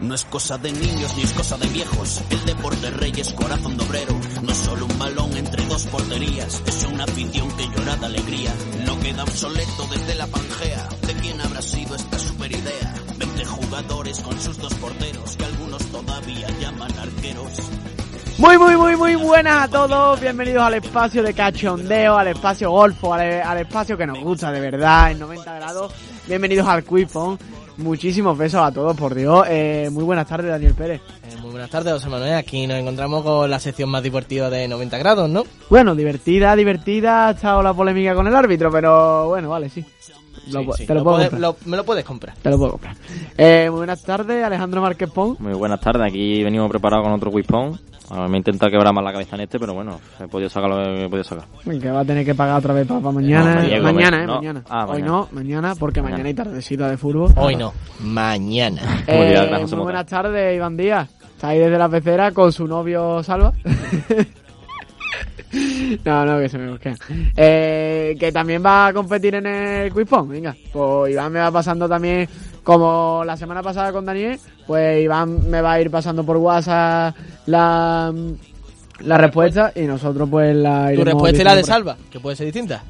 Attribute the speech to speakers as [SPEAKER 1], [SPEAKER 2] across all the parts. [SPEAKER 1] No es cosa de niños ni es cosa de viejos. El deporte rey es corazón de obrero. No es solo un balón entre dos porterías. Es una afición que llora de alegría. No queda obsoleto desde la pangea. ¿De quién habrá sido esta super idea? 20 jugadores con sus dos porteros que algunos todavía llaman arqueros.
[SPEAKER 2] Muy, muy, muy, muy buenas a todos. Bienvenidos al espacio de cachondeo, al espacio golfo, al, al espacio que nos gusta de verdad, en 90 grados. Bienvenidos al Quipon. Muchísimos besos a todos, por Dios. Eh, muy buenas tardes, Daniel Pérez.
[SPEAKER 3] Eh, muy buenas tardes, José Manuel. Aquí nos encontramos con la sección más divertida de 90 grados, ¿no?
[SPEAKER 2] Bueno, divertida, divertida. Ha estado la polémica con el árbitro, pero bueno, vale, sí. Lo
[SPEAKER 3] Sí,
[SPEAKER 2] pu-
[SPEAKER 3] sí,
[SPEAKER 2] te lo
[SPEAKER 3] lo
[SPEAKER 2] puedo
[SPEAKER 3] puedes-
[SPEAKER 2] comprar.
[SPEAKER 3] lo- me lo puedes comprar.
[SPEAKER 2] Te lo puedo comprar. Eh, muy buenas tardes, Alejandro Márquez Pons.
[SPEAKER 4] Muy buenas tardes, aquí venimos preparados con otro whispón. Me he intentado quebrar más la cabeza en este, pero bueno, he podido sacar lo que he podido sacar.
[SPEAKER 2] Que va a tener que pagar otra vez para, mañana.
[SPEAKER 4] No, mañana,
[SPEAKER 2] mañana, eh,
[SPEAKER 4] no.
[SPEAKER 2] mañana.
[SPEAKER 4] Ah,
[SPEAKER 2] Hoy
[SPEAKER 4] mañana.
[SPEAKER 2] no, mañana, porque mañana,
[SPEAKER 4] Mañana.
[SPEAKER 2] hay tardecita de fútbol.
[SPEAKER 3] Hoy no, mañana.
[SPEAKER 2] Eh,
[SPEAKER 4] Muy bien, gracias,
[SPEAKER 2] muy
[SPEAKER 4] Mota.
[SPEAKER 2] buenas tardes, Iván Díaz. Está ahí desde la pecera con su novio Salva. no, no, que se me busquen. Eh, que también va a competir en el Quizpon. Venga, pues Iván me va pasando también, como la semana pasada con Daniel, pues Iván me va a ir pasando por WhatsApp la, la respuesta y nosotros pues la
[SPEAKER 3] Tu
[SPEAKER 2] iremos
[SPEAKER 3] respuesta y la de
[SPEAKER 2] diciendo
[SPEAKER 3] Salva, que puede ser distinta.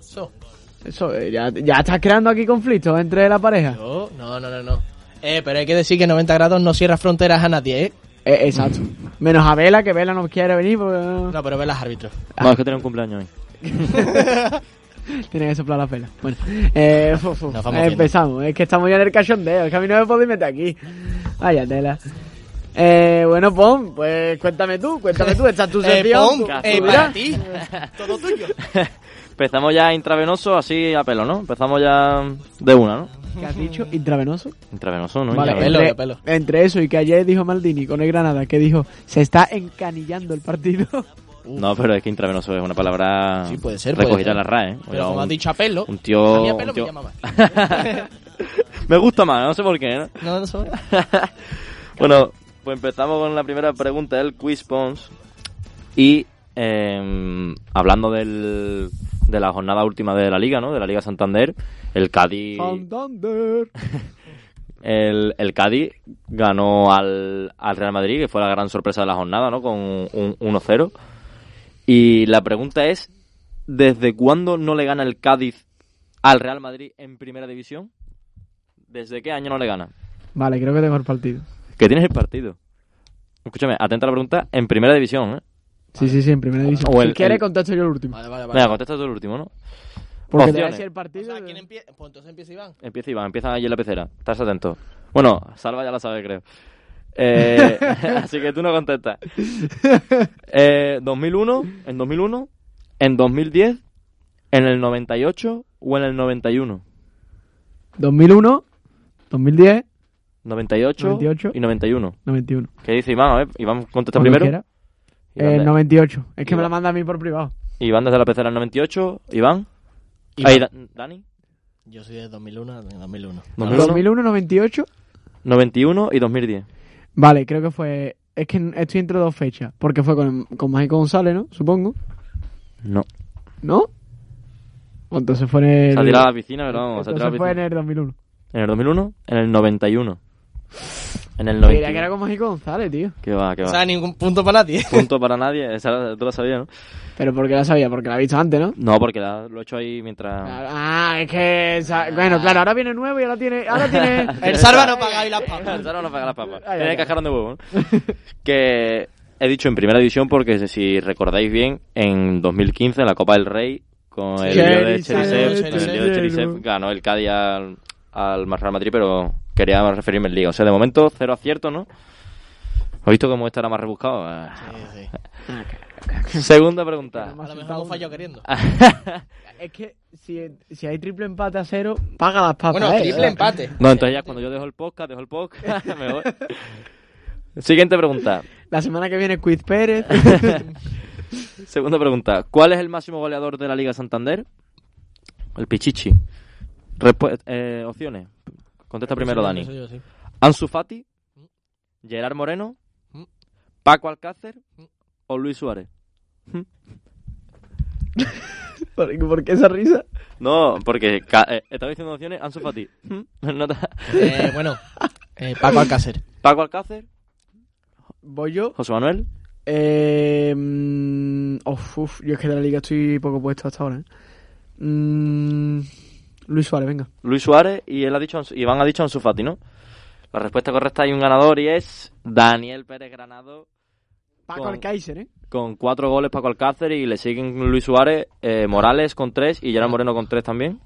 [SPEAKER 3] Eso.
[SPEAKER 2] por- Eso, eh, ya, ya estás creando aquí conflictos entre la pareja.
[SPEAKER 3] Yo, no, no, no, no. Eh, pero hay que decir que 90 grados no cierra fronteras a nadie, ¿eh?
[SPEAKER 2] Eh, exacto. Menos a Vela, que Vela no quiere venir pues, porque...
[SPEAKER 3] No, pero ve las árbitros.
[SPEAKER 4] No, es que tengo un cumpleaños hoy.
[SPEAKER 2] Tiene que soplar la vela. Bueno, eh, fu- fu-
[SPEAKER 3] Nos vamos
[SPEAKER 2] eh, empezamos. Es que estamos ya en el cachondeo. Es que a mí no me podéis meter aquí. Vaya tela. Eh, bueno, Pon, pues cuéntame tú, cuéntame tú. Esta es tu
[SPEAKER 3] Eh,
[SPEAKER 2] sección.
[SPEAKER 3] pon,
[SPEAKER 2] tú-
[SPEAKER 3] eh,
[SPEAKER 2] tú
[SPEAKER 3] para
[SPEAKER 2] dirás.
[SPEAKER 3] ti. Todo tuyo.
[SPEAKER 4] Empezamos ya intravenoso, así a pelo, ¿no? Empezamos ya de una, ¿no?
[SPEAKER 2] ¿Qué has dicho? ¿Intravenoso?
[SPEAKER 4] Intravenoso, ¿no?
[SPEAKER 3] Vale,
[SPEAKER 4] Ya,
[SPEAKER 3] de pelo,
[SPEAKER 2] entre,
[SPEAKER 3] de pelo.
[SPEAKER 2] entre eso y que ayer dijo Maldini con el Granada, que dijo, se está encanillando el partido.
[SPEAKER 4] No, pero es que intravenoso es una palabra
[SPEAKER 3] Sí, puede ser, puede
[SPEAKER 4] recogida
[SPEAKER 3] ser.
[SPEAKER 4] en la RAE. ¿eh?
[SPEAKER 3] Pero
[SPEAKER 4] Oiga,
[SPEAKER 3] como
[SPEAKER 4] un-
[SPEAKER 3] has dicho a pelo,
[SPEAKER 4] un tío-
[SPEAKER 3] a mí a pelo
[SPEAKER 4] un tío-
[SPEAKER 3] me llama más.
[SPEAKER 4] Me gusta más, no sé por qué, ¿eh? ¿no?
[SPEAKER 3] No, no soy.
[SPEAKER 4] Bueno, pues empezamos con la primera pregunta del Quiz Pons. Y eh, hablando del, de la jornada última de la Liga, ¿no? De la Liga Santander, el Cádiz,
[SPEAKER 2] Santander.
[SPEAKER 4] el, el Cádiz ganó al, al Real Madrid, que fue la gran sorpresa de la jornada, ¿no? Con un 1-0. Y la pregunta es, ¿desde cuándo no le gana el Cádiz al Real Madrid en Primera División? ¿Desde qué año no le gana?
[SPEAKER 2] Vale, creo que tengo el partido.
[SPEAKER 4] que tienes el partido. Escúchame, atenta a la pregunta en primera división, ¿eh?
[SPEAKER 2] Sí, sí, sí, en primera división.
[SPEAKER 4] O el-
[SPEAKER 2] si quieres,
[SPEAKER 4] el-
[SPEAKER 2] contesto yo el último.
[SPEAKER 3] Vale, vale, vale.
[SPEAKER 4] Venga, contesta tú el último, ¿no?
[SPEAKER 2] Porque te voy a
[SPEAKER 4] opciones.
[SPEAKER 2] decir el
[SPEAKER 3] O
[SPEAKER 2] partido.
[SPEAKER 3] sea, ¿quién empieza? Pues entonces empieza Iván.
[SPEAKER 4] Empieza Iván, empieza allí en la pecera. Estás atento. Bueno, Salva ya la sabe, creo. Eh, así que tú no contestas. Eh, 2001, en 2001, en 2010, en el 98 o en el 91.
[SPEAKER 2] 2001, 2010,
[SPEAKER 4] 98
[SPEAKER 2] 98.
[SPEAKER 4] y 91.
[SPEAKER 2] 91.
[SPEAKER 4] ¿Qué dice Iván? A ver, Iván contesta
[SPEAKER 2] Cuando
[SPEAKER 4] primero.
[SPEAKER 2] quiera.
[SPEAKER 4] Iván,
[SPEAKER 2] Eh,
[SPEAKER 4] de-
[SPEAKER 2] 98. Es que me
[SPEAKER 4] Iván.
[SPEAKER 2] la manda a mí por privado.
[SPEAKER 4] Iván desde la pecera en 98. Iván.
[SPEAKER 3] Iván.
[SPEAKER 4] Ahí, Da- Dani.
[SPEAKER 3] Yo soy de 2001, de 2001.
[SPEAKER 4] 2001,
[SPEAKER 2] 2001, 98.
[SPEAKER 4] 91 y 2010.
[SPEAKER 2] Vale, creo que fue. Es que estoy entre dos fechas. Porque fue con, con Mágico González, ¿no? Supongo.
[SPEAKER 4] No.
[SPEAKER 2] ¿No? O entonces fue en el.
[SPEAKER 4] Se ha tirado a la piscina, pero vamos, se ha tirado a
[SPEAKER 2] entonces
[SPEAKER 4] la
[SPEAKER 2] fue en
[SPEAKER 4] piscina.
[SPEAKER 2] el 2001.
[SPEAKER 4] En el 2001, en el 91. En el
[SPEAKER 2] Diría que era
[SPEAKER 4] 91.
[SPEAKER 2] con Mágico González, tío.
[SPEAKER 4] Que va, que
[SPEAKER 3] O
[SPEAKER 4] va.
[SPEAKER 3] sea, ningún punto para nadie.
[SPEAKER 4] Punto para nadie, esa tú la sabías, ¿no?
[SPEAKER 2] Pero porque la sabía, porque la he visto antes, ¿no?
[SPEAKER 4] No, porque la- lo he hecho ahí mientras.
[SPEAKER 2] Ah, es que. esa- Bueno, claro, ahora viene nuevo y ahora tiene. Ahora tiene.
[SPEAKER 3] El Salva no paga y las papas.
[SPEAKER 4] Ahora no paga las papas.
[SPEAKER 2] Ay, ay,
[SPEAKER 4] Tiene
[SPEAKER 2] ay.
[SPEAKER 4] cascarón de huevo, ¿no? Que he dicho en primera división porque si recordáis bien, en 2015, en la Copa del Rey, con el lío de
[SPEAKER 2] Cherisev,
[SPEAKER 4] Cherisev, con el lío
[SPEAKER 2] Cherisev.
[SPEAKER 4] de Cherisev, ganó el Cádiz al, al Real Madrid, pero quería referirme al lío. O sea, de momento, cero acierto, ¿no? ¿Has visto cómo esta era más rebuscado? Ah.
[SPEAKER 3] Sí, sí.
[SPEAKER 4] Segunda pregunta.
[SPEAKER 3] A lo mejor hemos fallado queriendo.
[SPEAKER 4] Ah,
[SPEAKER 2] Es que si, si hay triple empate a cero, paga las
[SPEAKER 4] pues
[SPEAKER 2] papas.
[SPEAKER 3] Bueno,
[SPEAKER 2] eh.
[SPEAKER 3] triple empate.
[SPEAKER 4] No, entonces ya cuando yo dejo el podcast, dejo el podcast, me voy. Siguiente pregunta.
[SPEAKER 2] La semana que viene, Quiz Pérez.
[SPEAKER 4] Segunda pregunta. ¿Cuál es el máximo goleador de la Liga Santander? El Pichichi. Respu- eh, opciones. Contesta primero
[SPEAKER 3] Sí,
[SPEAKER 4] Dani.
[SPEAKER 3] sí, sí, Mm. sí.
[SPEAKER 4] Ansu Fati, Gerard Moreno, Paco Alcácer
[SPEAKER 3] Mm.
[SPEAKER 4] o Luis Suárez.
[SPEAKER 2] ¿Por, por qué esa risa?
[SPEAKER 4] No, porque ca- eh, estaba diciendo opciones Ansu Fati. No te-
[SPEAKER 3] Eh, bueno, eh, Paco Alcácer.
[SPEAKER 4] Paco Alcácer,
[SPEAKER 2] Voy yo.
[SPEAKER 4] José Manuel.
[SPEAKER 2] Eh, mm, uf, uf, yo es que de la liga estoy poco puesto hasta ahora. ¿eh? Mm, Luis Suárez, venga.
[SPEAKER 4] Luis Suárez y él ha dicho Iván ha dicho Ansu Fati, ¿no? La respuesta correcta hay un ganador y es Daniel Pérez Granado
[SPEAKER 2] Paco
[SPEAKER 4] Con-
[SPEAKER 2] Alcácer, ¿eh?
[SPEAKER 4] con cuatro goles Paco Alcácer y le siguen Luis Suárez, eh, Morales con tres y Gerard Moreno con tres también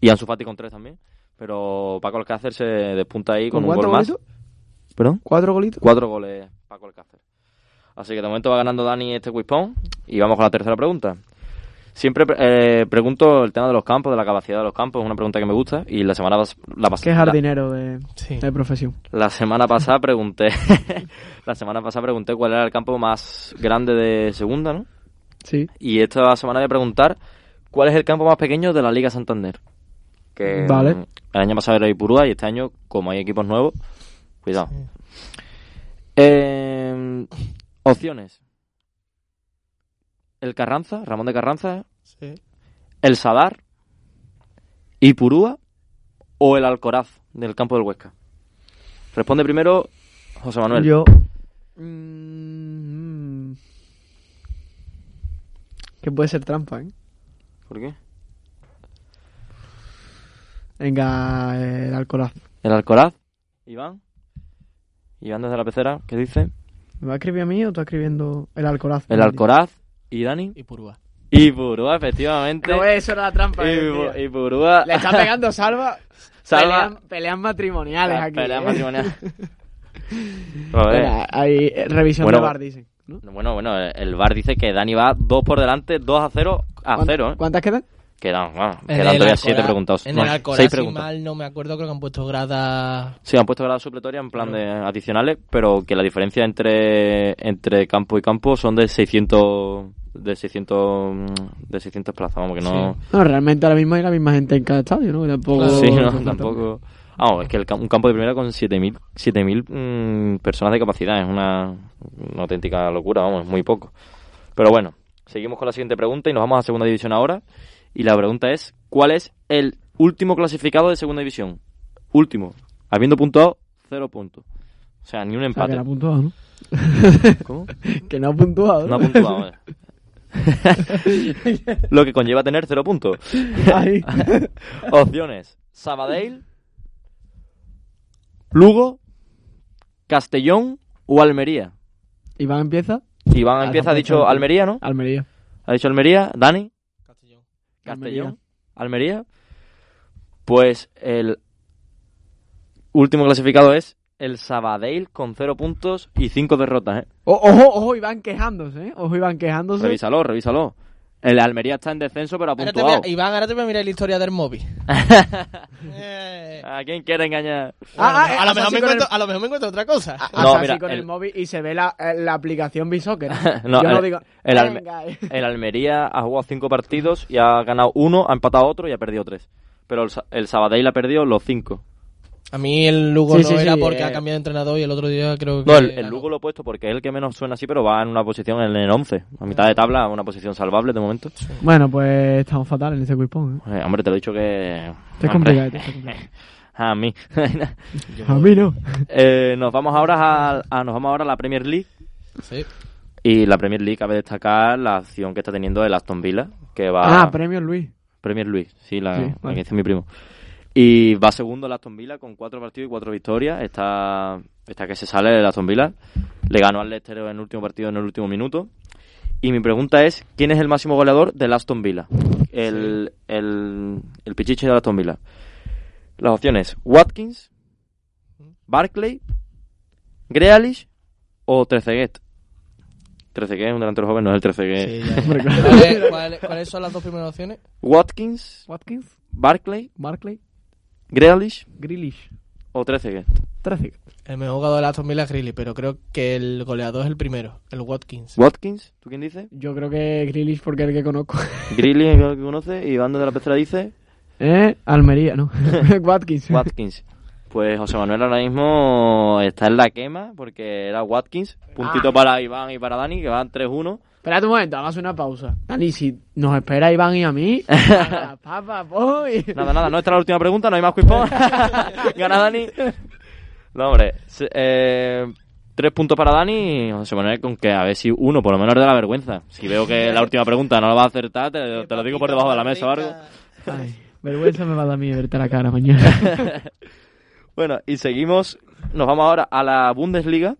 [SPEAKER 4] y Ansu Fati con tres también. Pero Paco Alcácer se despunta ahí con,
[SPEAKER 2] ¿Con
[SPEAKER 4] un gol
[SPEAKER 2] cuántos
[SPEAKER 4] más.
[SPEAKER 2] golitos?
[SPEAKER 4] ¿Perdón?
[SPEAKER 2] ¿Cuatro golitos?
[SPEAKER 4] Cuatro goles Paco Alcácer. Así que de momento va ganando Dani este Quispón y vamos con la tercera pregunta. Siempre eh, pregunto el tema de los campos, de la capacidad de los campos, es una pregunta que me gusta y la semana pas- la pas-
[SPEAKER 2] Qué
[SPEAKER 4] la-
[SPEAKER 2] jardinero de,
[SPEAKER 3] Sí.
[SPEAKER 2] de profesión.
[SPEAKER 4] la semana pasada pregunté. la semana pasada pregunté cuál era el campo más grande de segunda, ¿no?
[SPEAKER 2] Sí.
[SPEAKER 4] Y esta semana voy a preguntar cuál es el campo más pequeño de la Liga Santander. Que
[SPEAKER 2] Vale.
[SPEAKER 4] mm, el año pasado era Ipurúa y este año, como hay equipos nuevos, cuidado. Eh, opciones. El Carranza, Ramón de Carranza,
[SPEAKER 3] Sí.
[SPEAKER 4] el Sadar, Ipurúa o el Alcoraz del campo del Huesca. Responde primero José Manuel.
[SPEAKER 2] Yo. Mm, que puede ser trampa, ¿eh?
[SPEAKER 4] ¿Por qué?
[SPEAKER 2] Venga, el Alcoraz.
[SPEAKER 4] El Alcoraz. Iván. Iván desde la pecera, ¿qué dice?
[SPEAKER 2] ¿Me va a escribir a mí o está escribiendo el Alcoraz?
[SPEAKER 4] El Alcoraz y Dani.
[SPEAKER 3] Y Purúa.
[SPEAKER 4] Ipurúa, efectivamente.
[SPEAKER 2] No, eso era la trampa.
[SPEAKER 4] Ipu-
[SPEAKER 2] tío.
[SPEAKER 4] Ipurúa.
[SPEAKER 2] Le está pegando salva.
[SPEAKER 4] Salva. Ah,
[SPEAKER 2] Pelean, peleas matrimoniales aquí.
[SPEAKER 4] Pelea
[SPEAKER 2] ¿eh?
[SPEAKER 4] matrimonial. Joder.
[SPEAKER 2] Espera, hay eh, revisión
[SPEAKER 4] Bueno,
[SPEAKER 2] de bar, dicen. ¿no?
[SPEAKER 4] Bueno, bueno, el VAR dice que Dani va 2 por delante, 2 a 0 a 0. ¿eh?
[SPEAKER 2] ¿Cuántas quedan?
[SPEAKER 4] Quedan, bueno,
[SPEAKER 3] En
[SPEAKER 4] quedan
[SPEAKER 3] el
[SPEAKER 4] todavía
[SPEAKER 3] Alcoraz-
[SPEAKER 4] 7 preguntados.
[SPEAKER 3] En
[SPEAKER 4] No,
[SPEAKER 3] el
[SPEAKER 4] seis
[SPEAKER 3] Alcoraz, si
[SPEAKER 4] preguntas.
[SPEAKER 3] mal no me acuerdo, creo que han puesto grada...
[SPEAKER 4] Sí, han puesto grada supletoria en plan de adicionales, pero que la diferencia entre, entre campo y campo son de 600 de 600 mm, de 600 plazas, vamos que no
[SPEAKER 2] No, realmente ahora mismo hay la misma gente en cada estadio, ¿no? Que Tampoco.
[SPEAKER 4] Sí, no,
[SPEAKER 2] tampoco-
[SPEAKER 4] tampoco. Vamos, es que el cam- un campo de primera con 7.000 7000 mm, personas de capacidad es una, una auténtica locura, vamos, es muy poco. Pero bueno, seguimos con la siguiente pregunta y nos vamos a segunda división ahora. Y la pregunta es, ¿cuál es el último clasificado de segunda división? Último, habiendo puntuado cero puntos. O sea, ni un
[SPEAKER 2] O sea, que
[SPEAKER 4] empate.
[SPEAKER 2] no ha puntuado, ¿no?
[SPEAKER 4] ¿Cómo?
[SPEAKER 2] Que no ha puntuado.
[SPEAKER 4] No ha puntuado. vale. Lo que conlleva tener cero puntos.
[SPEAKER 2] Ahí.
[SPEAKER 4] Opciones: Sabadell, Lugo, Castellón o Almería.
[SPEAKER 2] Iván empieza.
[SPEAKER 4] Iván
[SPEAKER 2] Ah,
[SPEAKER 4] empieza, ha
[SPEAKER 2] tampoco
[SPEAKER 4] dicho
[SPEAKER 2] está.
[SPEAKER 4] Almería, ¿no?
[SPEAKER 2] Almería.
[SPEAKER 4] Ha dicho Almería. Dani,
[SPEAKER 3] Castellón.
[SPEAKER 4] Castellón, Almería. Pues el último clasificado es el Sabadell con cero puntos y cinco derrotas. ¿eh?
[SPEAKER 2] O- ojo, ojo, Iván quejándose, ¿eh? Ojo, Iván quejándose.
[SPEAKER 4] Revísalo, revísalo. El Almería está en descenso, pero ha
[SPEAKER 3] Ahora te voy
[SPEAKER 4] puntuado.
[SPEAKER 3] a- Iván, ahora te voy a mirar la historia del móvil. Eh,
[SPEAKER 4] ¿A quién quiere engañar?
[SPEAKER 2] Ah, ah,
[SPEAKER 3] a, lo
[SPEAKER 2] eh,
[SPEAKER 3] mejor
[SPEAKER 2] así
[SPEAKER 3] me
[SPEAKER 2] con
[SPEAKER 3] encuentro, a lo mejor me encuentro otra cosa.
[SPEAKER 2] Ah,
[SPEAKER 4] No,
[SPEAKER 2] o sea,
[SPEAKER 4] mira,
[SPEAKER 2] así con el,
[SPEAKER 4] el-
[SPEAKER 2] móvil y se ve la, eh, la aplicación Bisoccer.
[SPEAKER 4] No,
[SPEAKER 2] Yo
[SPEAKER 4] el-
[SPEAKER 2] no digo.
[SPEAKER 4] el Alme-
[SPEAKER 2] venga, eh.
[SPEAKER 4] El Almería ha jugado cinco partidos y ha ganado uno, ha empatado otro y ha perdido tres. Pero el, Sa- el Sabadell ha perdido los cinco.
[SPEAKER 3] A mí el Lugo
[SPEAKER 2] Sí,
[SPEAKER 3] no
[SPEAKER 2] sí, sí,
[SPEAKER 3] era porque
[SPEAKER 2] eh.
[SPEAKER 3] ha cambiado de entrenador y el otro día creo que...
[SPEAKER 4] No, el, el
[SPEAKER 3] ganó.
[SPEAKER 4] Lugo lo he puesto porque es el que menos suena así, pero va en una posición en el 11. A mitad de tabla, una posición salvable de momento.
[SPEAKER 2] Bueno, pues estamos fatal en este cuipón. ¿eh?
[SPEAKER 4] Eh, hombre, te lo he dicho que...
[SPEAKER 2] Está
[SPEAKER 4] hombre,
[SPEAKER 2] complicado, está complicado.
[SPEAKER 4] A mí.
[SPEAKER 2] A mí no.
[SPEAKER 4] Eh, nos, vamos ahora a, a- nos vamos ahora a la Premier League.
[SPEAKER 3] Sí.
[SPEAKER 4] Y la Premier League cabe destacar la acción que está teniendo el Aston Villa, que va...
[SPEAKER 2] Ah, premio Luis.
[SPEAKER 4] Premier Luis, sí, la,
[SPEAKER 2] Sí,
[SPEAKER 4] la
[SPEAKER 2] vale.
[SPEAKER 4] que dice mi primo. Y va segundo el Aston Villa con cuatro partidos y cuatro victorias. Está, está que se sale el Aston Villa. Le ganó al Leicester en el último partido en el último minuto. Y mi pregunta es, ¿quién es el máximo goleador del Aston Villa? El, el, el pichiche del Aston Villa. Las opciones, Watkins, Barclay, Grealish o Trezeguet. Trezeguet es un delantero joven, no es el Trezeguet.
[SPEAKER 3] sí, ya.
[SPEAKER 2] Hombre, claro.
[SPEAKER 3] ¿Cuáles- cuáles- ¿Cuáles son las dos primeras opciones?
[SPEAKER 4] Watkins,
[SPEAKER 2] Watkins,
[SPEAKER 4] Barclay,
[SPEAKER 2] Barclay,
[SPEAKER 4] Grealish
[SPEAKER 2] Grealish.
[SPEAKER 4] o Trezeguet.
[SPEAKER 2] 13.
[SPEAKER 3] El mejor jugador de la Aston Villa es Grealish, pero creo que el goleador es el primero, el Watkins.
[SPEAKER 4] Watkins, ¿tú quién dices?
[SPEAKER 2] Yo creo que Grealish porque es el que conozco.
[SPEAKER 4] Grilly, el que conoce, y Bando de la Pestra dice
[SPEAKER 2] ¿Eh? Almería, ¿no? Watkins.
[SPEAKER 4] Watkins. Pues José Manuel ahora mismo está en la quema porque era Watkins. Puntito para Iván y para Dani, que van 3-1.
[SPEAKER 2] Espérate un momento, vamos a hacer una pausa. Dani, si nos espera Iván y a mí, a la papa, voy.
[SPEAKER 4] Nada, nada, no está la última pregunta, no hay más cuipón. Gana Dani. No, hombre. Se- eh, tres puntos para Dani y José Manuel con que a ver si uno, por lo menos, de la vergüenza. Si veo que la última pregunta no la va a acertar, te, te lo digo por debajo de la mesa o algo.
[SPEAKER 2] Ay, vergüenza me va a dar a mí verte la cara mañana.
[SPEAKER 4] Bueno, y seguimos. Nos vamos ahora a la Bundesliga.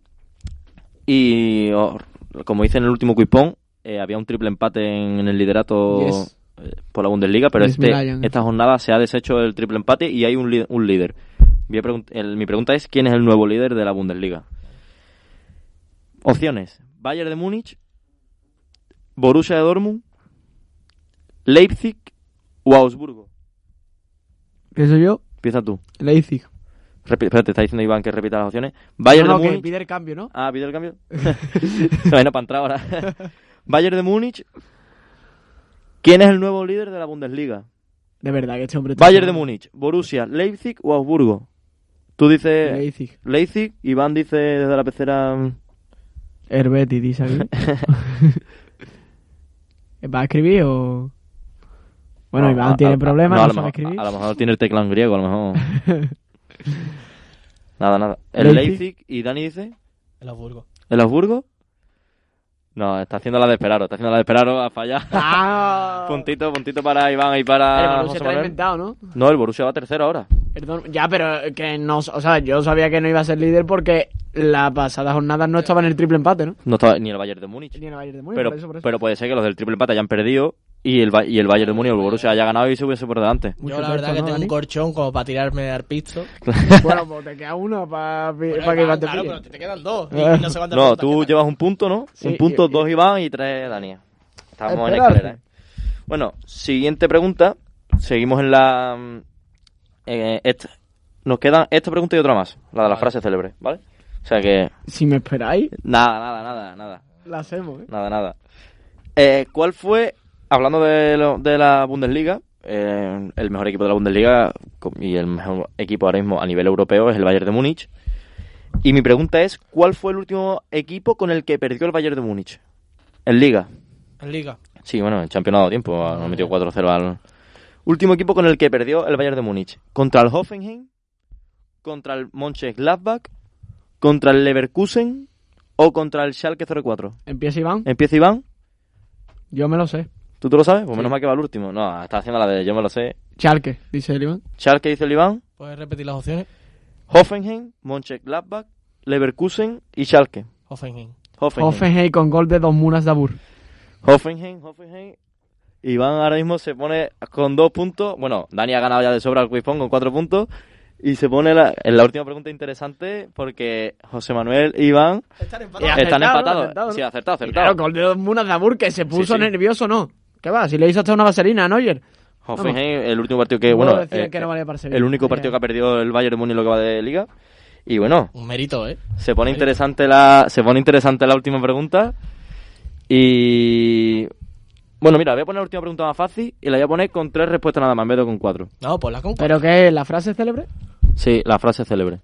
[SPEAKER 4] Y oh, como hice en el último cuipón, eh, había un triple empate en, en el liderato
[SPEAKER 2] Yes.
[SPEAKER 4] eh, por la Bundesliga, pero
[SPEAKER 2] Yes,
[SPEAKER 4] este,
[SPEAKER 2] mi Lion.
[SPEAKER 4] esta jornada se ha deshecho el triple empate y hay un, li- un líder. Voy a pregunt- el- mi pregunta es, ¿quién es el nuevo líder de la Bundesliga? Opciones. Bayern de Múnich, Borussia de Dortmund, Leipzig o Augsburgo.
[SPEAKER 2] ¿Qué soy yo?
[SPEAKER 4] Empieza tú.
[SPEAKER 2] Leipzig.
[SPEAKER 4] Repi- espérate, está diciendo Iván que repita las opciones. Bayern
[SPEAKER 2] No, no,
[SPEAKER 4] de
[SPEAKER 2] que
[SPEAKER 4] Múnich.
[SPEAKER 2] pide el cambio, ¿no?
[SPEAKER 4] Ah, ¿pide el cambio? bueno, para entrar ahora. Bayern de Múnich. ¿Quién es el nuevo líder de la Bundesliga?
[SPEAKER 2] De verdad que este hombre... está-
[SPEAKER 4] Bayern de Múnich, Borussia, Leipzig o Augsburgo. Tú dices
[SPEAKER 2] Leipzig.
[SPEAKER 4] Leipzig, Iván dice desde la pecera. mm,
[SPEAKER 2] Herbeti, dice aquí. ¿Va a escribir o...? Bueno,
[SPEAKER 4] no,
[SPEAKER 2] Iván
[SPEAKER 4] a-
[SPEAKER 2] tiene
[SPEAKER 4] a-
[SPEAKER 2] problemas,
[SPEAKER 4] no, a
[SPEAKER 2] no,
[SPEAKER 4] lo
[SPEAKER 2] sabe
[SPEAKER 4] mejor-
[SPEAKER 2] escribir.
[SPEAKER 4] A lo mejor tiene el teclado en griego, a lo mejor. nada, nada. El
[SPEAKER 2] Leipzig.
[SPEAKER 4] Leipzig y Dani dice.
[SPEAKER 3] El Augsburgo.
[SPEAKER 4] ¿El Augsburgo? No, está haciendo la de Esperaro, está haciendo la de Esperaro a fallar.
[SPEAKER 2] ¡Ah!
[SPEAKER 4] Puntito, puntito para Iván y para
[SPEAKER 2] El Borussia
[SPEAKER 4] José
[SPEAKER 2] te lo ha
[SPEAKER 4] Manuel.
[SPEAKER 2] inventado, ¿no?
[SPEAKER 4] No, el Borussia va tercero ahora.
[SPEAKER 2] Perdón, ya, pero eh, que no... O sea, yo sabía que no iba a ser líder porque la pasada jornada no estaba en el triple empate, ¿no?
[SPEAKER 4] No estaba ni el Bayern de Múnich.
[SPEAKER 2] Ni en el Bayern de Múnich,
[SPEAKER 4] Pero,
[SPEAKER 2] por eso, por eso.
[SPEAKER 4] pero puede ser que los del triple empate hayan perdido y el, Ba- y el Bayern de Múnich o el Borussia haya ganado y se hubiese por delante.
[SPEAKER 2] Mucho
[SPEAKER 3] Yo la verdad
[SPEAKER 2] resto,
[SPEAKER 3] que
[SPEAKER 2] ¿no,
[SPEAKER 3] tengo
[SPEAKER 2] Dani?
[SPEAKER 3] un corchón como para tirarme al pizzo.
[SPEAKER 2] Bueno, pues te queda uno para que
[SPEAKER 3] claro,
[SPEAKER 2] Iván te pille.
[SPEAKER 3] pero te quedan dos. Y,
[SPEAKER 2] Eh.
[SPEAKER 3] no sé cuántas
[SPEAKER 4] No,
[SPEAKER 3] preguntas
[SPEAKER 4] tú
[SPEAKER 3] quedan.
[SPEAKER 4] llevas un punto, ¿no?
[SPEAKER 2] Sí,
[SPEAKER 4] un punto,
[SPEAKER 2] y-
[SPEAKER 4] dos Iván y tres Dani. Estamos en
[SPEAKER 2] Esperar.
[SPEAKER 4] escalera. ¿eh? Bueno, siguiente pregunta. Seguimos en la... mm, eh, esta. Nos quedan esta pregunta y otra más. La de las frases célebres, ¿vale? O sea que...
[SPEAKER 2] Si me esperáis,
[SPEAKER 4] Nada, nada, nada, nada.
[SPEAKER 2] la hacemos, ¿eh?
[SPEAKER 4] Nada, nada. Eh, ¿Cuál fue, hablando de, lo- de la Bundesliga, eh, el mejor equipo de la Bundesliga co- y el mejor equipo ahora mismo a nivel europeo es el Bayern de Múnich? Y mi pregunta es, ¿cuál fue el último equipo con el que perdió el Bayern de Múnich? En Liga.
[SPEAKER 3] En Liga.
[SPEAKER 4] Sí, bueno, en Campeonato a tiempo, ah, nos metió 4-0 al... Último equipo con el que perdió el Bayern de Múnich. ¿Contra el Hoffenheim? ¿Contra el Mönchengladbach? ¿Contra el Leverkusen? ¿O contra el Schalke 04?
[SPEAKER 2] Empieza Iván,
[SPEAKER 4] Empieza Iván.
[SPEAKER 2] yo me lo sé.
[SPEAKER 4] ¿Tú te lo sabes? Pues menos mal que va el último. No, está haciendo la de yo me lo sé.
[SPEAKER 2] Charque, dice el Iván.
[SPEAKER 4] Schalke dice el Iván.
[SPEAKER 3] ¿Puedes repetir las opciones?
[SPEAKER 4] Hoffenheim, Mönchengladbach, Leverkusen y Schalke.
[SPEAKER 3] Hoffenheim.
[SPEAKER 4] Hoffenheim.
[SPEAKER 2] Hoffenheim con gol de dos munas de Abur.
[SPEAKER 4] Hoffenheim, Hoffenheim. Iván ahora mismo se pone con dos puntos. Bueno, Dani ha ganado ya de sobra al Quizpón con cuatro puntos. Y se pone la, en la última pregunta interesante porque José Manuel e Iván
[SPEAKER 3] Están
[SPEAKER 2] empatados.
[SPEAKER 4] están
[SPEAKER 2] Acertado, ¿no?
[SPEAKER 4] empatados.
[SPEAKER 2] Acertado, ¿no?
[SPEAKER 4] Sí, acertado, acertado.
[SPEAKER 2] Claro, gol de dos munas de Abur que se puso
[SPEAKER 4] sí.
[SPEAKER 2] nervioso, ¿no? ¿Qué va? Si le hizo hasta una vaselina a Neuer.
[SPEAKER 4] Hoffenheim, el último partido que,
[SPEAKER 2] No
[SPEAKER 4] bueno,
[SPEAKER 2] decían
[SPEAKER 4] eh,
[SPEAKER 2] que no valía para Sevilla.
[SPEAKER 4] el único partido que ha perdido el Bayern de Múnich en lo que va de liga. Y bueno,
[SPEAKER 3] Un mérito, ¿eh?
[SPEAKER 4] Se pone interesante la, se pone interesante la última pregunta. Y bueno, mira, voy a poner la última pregunta más fácil y la voy a poner con tres respuestas nada más, en vez de con cuatro.
[SPEAKER 3] No, pues la con
[SPEAKER 2] ¿Pero qué? ¿La frase célebre?
[SPEAKER 4] Sí, la frase célebre.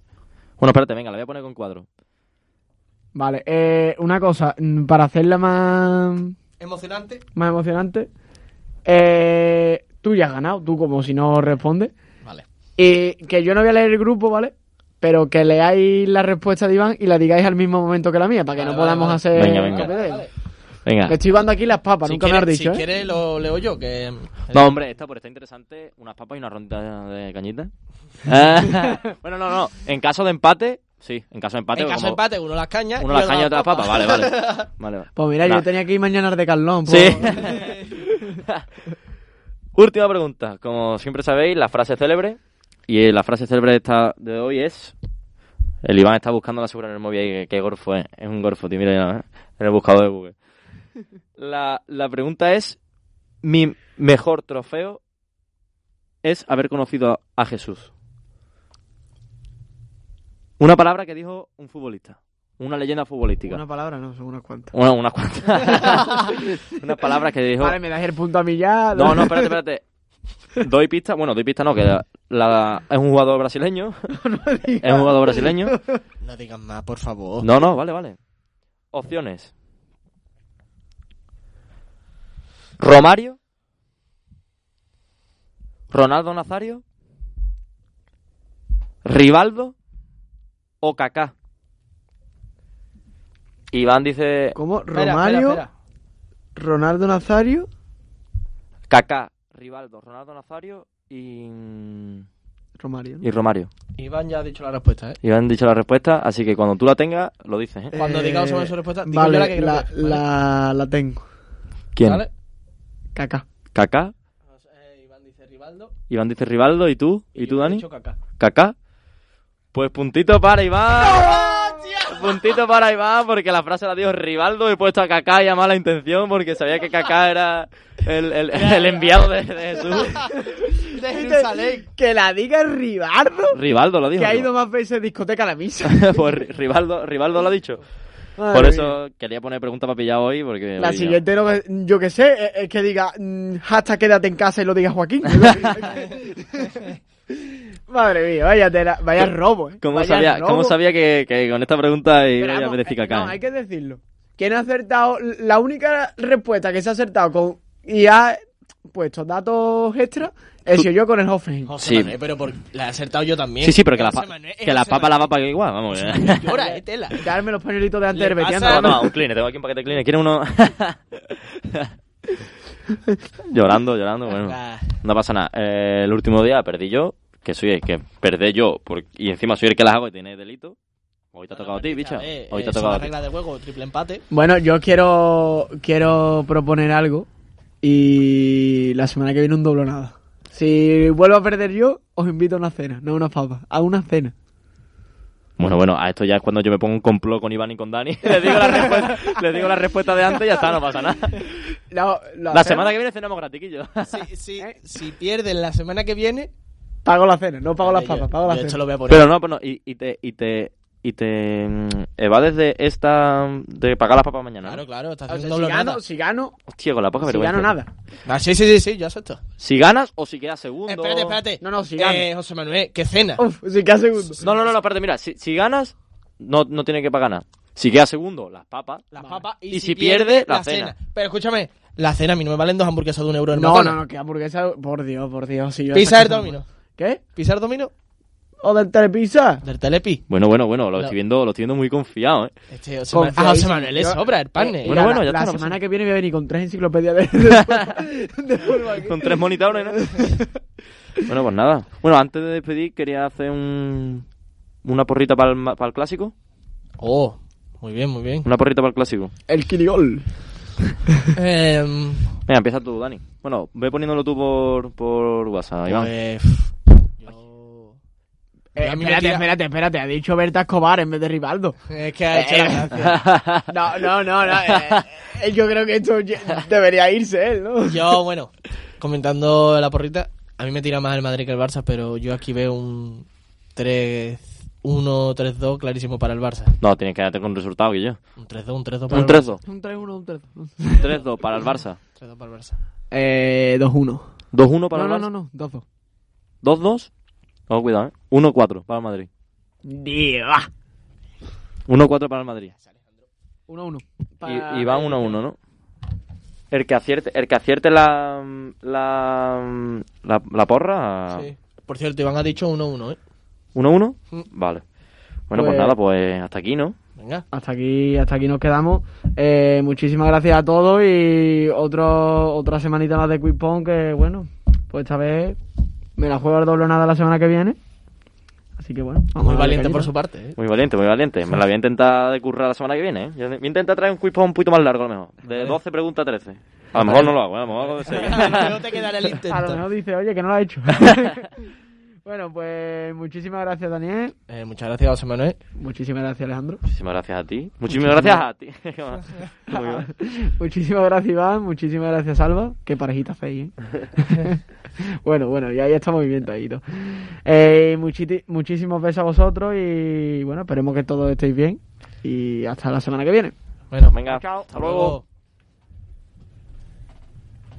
[SPEAKER 4] Bueno, espérate, venga, la voy a poner con cuatro.
[SPEAKER 2] Vale, eh, una cosa, mm, para hacerla más,
[SPEAKER 3] Emocionante.
[SPEAKER 2] más emocionante, eh, tú ya has ganado, tú como si no respondes.
[SPEAKER 3] Vale.
[SPEAKER 2] Y que yo no voy a leer el grupo, ¿vale? Pero que leáis la respuesta de Iván y la digáis al mismo momento que la mía, para que
[SPEAKER 3] Vale,
[SPEAKER 2] no
[SPEAKER 3] vale,
[SPEAKER 2] podamos
[SPEAKER 3] vale.
[SPEAKER 2] hacer...
[SPEAKER 4] Venga, venga.
[SPEAKER 2] copia de él.
[SPEAKER 4] Venga.
[SPEAKER 2] Le estoy dando aquí las papas,
[SPEAKER 3] si
[SPEAKER 2] nunca
[SPEAKER 3] quieres,
[SPEAKER 2] me has dicho,
[SPEAKER 3] si
[SPEAKER 2] ¿eh?
[SPEAKER 3] quieres lo leo yo, que... eh,
[SPEAKER 4] No, hombre, esta por está interesante, unas papas y una rondita de cañita. Ah, bueno, no, no, en caso de empate, sí, en caso de empate
[SPEAKER 3] en caso de
[SPEAKER 4] como
[SPEAKER 3] empate, uno las cañas.
[SPEAKER 4] uno las
[SPEAKER 3] otro
[SPEAKER 4] caña y otra las papas, vale, vale. Vale, vale.
[SPEAKER 2] Pues mira,
[SPEAKER 4] Nah.
[SPEAKER 2] yo tenía que ir mañana al de Carlón. pues.
[SPEAKER 4] Sí. Última pregunta. Como siempre sabéis, la frase célebre. Y eh, la frase célebre de, esta- de hoy es... El Iván está buscando la segura en el móvil. ahí, ¿Qué, qué gorfo es? Es un gorfo, tío. Mira, ya, ¿eh? en el buscador de Google. La, la pregunta es... Mi mejor trofeo es haber conocido a Jesús. Una palabra que dijo un futbolista. Una leyenda futbolística.
[SPEAKER 2] Una palabra, no, son unas cuantas.
[SPEAKER 4] Una, unas cuantas. unas palabras que dijo.
[SPEAKER 2] Vale, me das el punto a mí ya.
[SPEAKER 4] No, no, espérate, espérate. Doy pista, bueno, doy pista no, que la, la- es un jugador brasileño. es un jugador brasileño.
[SPEAKER 3] No digas más, por favor.
[SPEAKER 4] No, no, vale, vale. Opciones. Romario. Ronaldo Nazario. Rivaldo. o Kaká? Iván dice
[SPEAKER 2] ¿Cómo?
[SPEAKER 3] Espera,
[SPEAKER 2] Romario,
[SPEAKER 3] espera, espera.
[SPEAKER 2] Ronaldo Nazario.
[SPEAKER 4] Kaká, Rivaldo, Ronaldo Nazario y,
[SPEAKER 2] Romario. ¿no?
[SPEAKER 4] y Romario.
[SPEAKER 3] Iván ya ha dicho la respuesta, ¿eh?
[SPEAKER 4] Iván dicho la respuesta, así que cuando tú la tengas, lo dices. ¿eh?
[SPEAKER 3] Cuando digamos sobre su respuesta, digo
[SPEAKER 2] vale,
[SPEAKER 3] yo la que creo
[SPEAKER 2] la,
[SPEAKER 3] que-
[SPEAKER 2] la, la tengo.
[SPEAKER 4] ¿Quién?
[SPEAKER 3] ¿Vale?
[SPEAKER 2] Caca.
[SPEAKER 4] Kaká,
[SPEAKER 3] Eh, Iván dice Rivaldo.
[SPEAKER 4] Iván dice Rivaldo, ¿y tú? ¿Y tú,
[SPEAKER 3] yo he
[SPEAKER 4] Dani?
[SPEAKER 3] dicho Kaká.
[SPEAKER 4] Kaká. Pues puntito para Iván. Puntito para Iván porque la frase la dio Rivaldo y he puesto a Kaká y a mala intención porque sabía que Kaká era el, el- el enviado de, de Jesús.
[SPEAKER 2] Que la diga Ribardo,
[SPEAKER 4] Rivaldo lo dijo.
[SPEAKER 2] que ha ido más veces discoteca a la misa.
[SPEAKER 4] pues Ri- Rivaldo, Rivaldo lo ha dicho.
[SPEAKER 2] Madre
[SPEAKER 4] Por
[SPEAKER 2] mía.
[SPEAKER 4] eso quería poner pregunta para pillar hoy porque...
[SPEAKER 2] La
[SPEAKER 4] hoy ya-
[SPEAKER 2] siguiente, no, yo que sé, es- es que diga mm, hashtag quédate en casa y lo diga Joaquín. Madre mía, vaya, tela- vaya robo, ¿eh?
[SPEAKER 4] ¿Cómo
[SPEAKER 2] Vaya
[SPEAKER 4] sabía,
[SPEAKER 2] robo.
[SPEAKER 4] cómo sabía que, que con esta pregunta
[SPEAKER 2] Pero
[SPEAKER 4] iba a
[SPEAKER 2] vamos,
[SPEAKER 4] decir
[SPEAKER 2] eh,
[SPEAKER 4] Kaká?
[SPEAKER 2] No,
[SPEAKER 4] eh?
[SPEAKER 2] hay que decirlo. ¿Quién ha acertado? La única respuesta que se ha acertado con y ha puesto datos extra he sido yo con el Hoffenheim.
[SPEAKER 3] José
[SPEAKER 4] Sí.
[SPEAKER 3] Manuel, pero por, la he acertado yo también.
[SPEAKER 4] Sí, sí, pero que la,
[SPEAKER 3] José
[SPEAKER 4] pa-
[SPEAKER 3] Manuel,
[SPEAKER 4] que la
[SPEAKER 3] José
[SPEAKER 4] papa la
[SPEAKER 3] Manuel.
[SPEAKER 4] va a pagar igual, vamos.
[SPEAKER 3] Llora, eh, tela.
[SPEAKER 2] Quedarme los pañuelitos de antes
[SPEAKER 3] Le
[SPEAKER 2] del Betis,
[SPEAKER 3] pasa-
[SPEAKER 4] Toma,
[SPEAKER 2] anda,
[SPEAKER 4] toma, un cleaner, tengo aquí un paquete de cleaner. ¿Quieres uno? llorando, llorando, bueno.
[SPEAKER 3] Ah.
[SPEAKER 4] No pasa nada. Eh, el último día perdí yo, que soy el que perdé yo, por- y encima soy el que las hago y tiene delito. Hoy te ha tocado a ti, bicha.
[SPEAKER 3] Eh,
[SPEAKER 4] Hoy te
[SPEAKER 3] eh,
[SPEAKER 4] ha
[SPEAKER 3] son
[SPEAKER 4] tocado a
[SPEAKER 3] las
[SPEAKER 4] ti.
[SPEAKER 3] reglas de juego, triple empate.
[SPEAKER 2] Bueno, yo quiero quiero proponer algo y la semana que viene un doblonada. Si vuelvo a perder yo, os invito a una cena, no a una papa, a una cena.
[SPEAKER 4] Bueno, bueno, a esto ya es cuando yo me pongo un complot con Iván y con Dani. Le digo la respuesta, le digo la respuesta de antes y ya está, no pasa nada.
[SPEAKER 2] La,
[SPEAKER 4] La semana que viene cenamos gratiquillo.
[SPEAKER 3] Si, si, si pierden la semana que viene.
[SPEAKER 2] pago la cena, no pago las
[SPEAKER 3] Eh,
[SPEAKER 2] papas,
[SPEAKER 3] yo-
[SPEAKER 2] pago la
[SPEAKER 3] yo esto
[SPEAKER 2] cena.
[SPEAKER 3] lo voy a poner.
[SPEAKER 4] Pero no, pero no, y, y te, y te, y te mm, evades de esta, de pagar las papas mañana. ¿no?
[SPEAKER 3] Claro, claro, está
[SPEAKER 2] O sea,
[SPEAKER 3] haciendo
[SPEAKER 2] si
[SPEAKER 3] doble
[SPEAKER 2] gano,
[SPEAKER 3] nada.
[SPEAKER 2] si gano,
[SPEAKER 4] Hostia, con la poca
[SPEAKER 2] si
[SPEAKER 4] vergüenza.
[SPEAKER 2] gano nada.
[SPEAKER 3] Ah, sí, sí, sí, sí, yo acepto.
[SPEAKER 4] Si ganas o si quedas segundo.
[SPEAKER 3] Espérate, espérate.
[SPEAKER 2] No, Oh. no, si gano.
[SPEAKER 3] eh, José Manuel, ¿qué cena?
[SPEAKER 2] Uf, si queda segundo.
[SPEAKER 4] No, no, no, no, espérate, mira, si, si ganas, no, no tiene que pagar nada. Si quedas segundo, las papas.
[SPEAKER 3] Las papas
[SPEAKER 4] Y si pierde, la
[SPEAKER 3] Pero escúchame, la cena a mí no me valen dos hamburguesas de un euro en
[SPEAKER 2] No,
[SPEAKER 3] Matona.
[SPEAKER 2] no, no, que hamburguesa. Por Dios, por Dios. Si yo
[SPEAKER 3] Pizza
[SPEAKER 2] esas cosas
[SPEAKER 3] del
[SPEAKER 2] no-
[SPEAKER 3] domino.
[SPEAKER 2] ¿Qué?
[SPEAKER 3] ¿Pisar domino?
[SPEAKER 2] ¿O del telepizza?
[SPEAKER 3] Del telepi.
[SPEAKER 4] Bueno, bueno, bueno, lo estoy
[SPEAKER 3] No.
[SPEAKER 4] viendo, lo estoy viendo muy confiado, eh.
[SPEAKER 3] Este José Manuel. Ah, José Manuel le
[SPEAKER 2] Yo-
[SPEAKER 3] sobra el pan.
[SPEAKER 2] Eh,
[SPEAKER 3] eh.
[SPEAKER 4] Bueno,
[SPEAKER 2] mira,
[SPEAKER 4] bueno,
[SPEAKER 2] la-
[SPEAKER 4] ya
[SPEAKER 2] La
[SPEAKER 4] está, no
[SPEAKER 2] semana
[SPEAKER 4] pasa
[SPEAKER 2] que viene voy a venir con tres enciclopedias de, de, de fútbol aquí.
[SPEAKER 4] Con tres monitores, ¿no? bueno, pues nada. Bueno, antes de despedir, quería hacer un. Una porrita para el, ma- para el clásico.
[SPEAKER 3] Oh, muy bien, muy bien.
[SPEAKER 4] Una porrita para el clásico.
[SPEAKER 2] El Kiriol.
[SPEAKER 3] Em,
[SPEAKER 4] Venga, empieza tú, Dani. Bueno, ve poniéndolo tú por, por WhatsApp, Iván.
[SPEAKER 3] pues, yo-
[SPEAKER 2] Eh,
[SPEAKER 3] Yo a mí me
[SPEAKER 2] espérate,
[SPEAKER 3] tira-
[SPEAKER 2] espérate, espérate. Ha dicho Berta Escobar en vez de Rivaldo.
[SPEAKER 3] Es eh, que ha hecho la gracia.
[SPEAKER 2] No, no, no. no eh, eh, yo creo que esto ya- debería irse él, ¿no?
[SPEAKER 3] Yo, bueno, comentando la porrita, a mí me tira más el Madrid que el Barça, pero yo aquí veo un 3-1-3-2 clarísimo para el Barça.
[SPEAKER 4] No, tienes que darte con un resultado, que yo.
[SPEAKER 3] Un 3-2, un 3-2 para el
[SPEAKER 4] Un
[SPEAKER 3] Barça.
[SPEAKER 4] 3-2.
[SPEAKER 2] Un 3-1, un 3-2.
[SPEAKER 4] 3-2 para el Barça.
[SPEAKER 3] 3-2 para el Barça.
[SPEAKER 2] Eh, 2-1.
[SPEAKER 4] 2-1 para
[SPEAKER 2] No,
[SPEAKER 4] el
[SPEAKER 2] no,
[SPEAKER 4] Barça.
[SPEAKER 2] no, no, 2-2.
[SPEAKER 4] 2-2. Oh, cuidado, ¿eh? 1-4 para el Madrid.
[SPEAKER 2] Diva.
[SPEAKER 4] 1-4 para el Madrid.
[SPEAKER 2] 1-1.
[SPEAKER 4] Y, y va 1-1, ¿no? El que acierte, el que acierte la, la, la, la porra.
[SPEAKER 3] Sí.
[SPEAKER 4] 1-1.
[SPEAKER 3] Por cierto, Iván ha dicho 1-1, ¿eh?
[SPEAKER 4] Vale. Bueno, pues...
[SPEAKER 2] Mm. Pues-
[SPEAKER 4] nada, pues hasta aquí, ¿no?
[SPEAKER 3] Venga.
[SPEAKER 2] Hasta aquí, hasta aquí nos quedamos. Eh, muchísimas gracias a todos y otro, otra semanita más de Quick Pong que, bueno, pues esta vez me la juego al doble nada la semana que viene. Así que, bueno, vamos
[SPEAKER 3] Muy
[SPEAKER 2] a darle
[SPEAKER 3] valiente
[SPEAKER 2] cañita.
[SPEAKER 3] por su parte, ¿eh?
[SPEAKER 4] Muy valiente, muy valiente. Me la voy a intentar de currar la semana que viene, ¿eh? Yo voy a intentar traer un quiz un poquito más largo, a lo mejor. De 12 preguntas a 13. A lo mejor no lo hago, ¿eh? a lo mejor hago de 6.
[SPEAKER 3] No te quedará el
[SPEAKER 2] A lo
[SPEAKER 3] intento.
[SPEAKER 2] mejor dice, oye, que no lo ha hecho. bueno, pues muchísimas gracias, Daniel.
[SPEAKER 3] Eh, muchas gracias, José Manuel.
[SPEAKER 2] Muchísimas gracias, Alejandro.
[SPEAKER 4] Muchísimas gracias a ti. Muchísimas gracias a ti. Muy bien.
[SPEAKER 2] muchísimas gracias, Iván. Muchísimas gracias, Alba. Qué parejita fei, ¿eh? bueno, bueno, ya, ya está movimiento ahí. y todo. Eh, muchiti- muchísimos besos a vosotros y bueno, esperemos que todos estéis bien. Y hasta la semana que viene.
[SPEAKER 3] Bueno,
[SPEAKER 4] Venga,
[SPEAKER 3] hasta
[SPEAKER 4] hasta luego.
[SPEAKER 3] luego.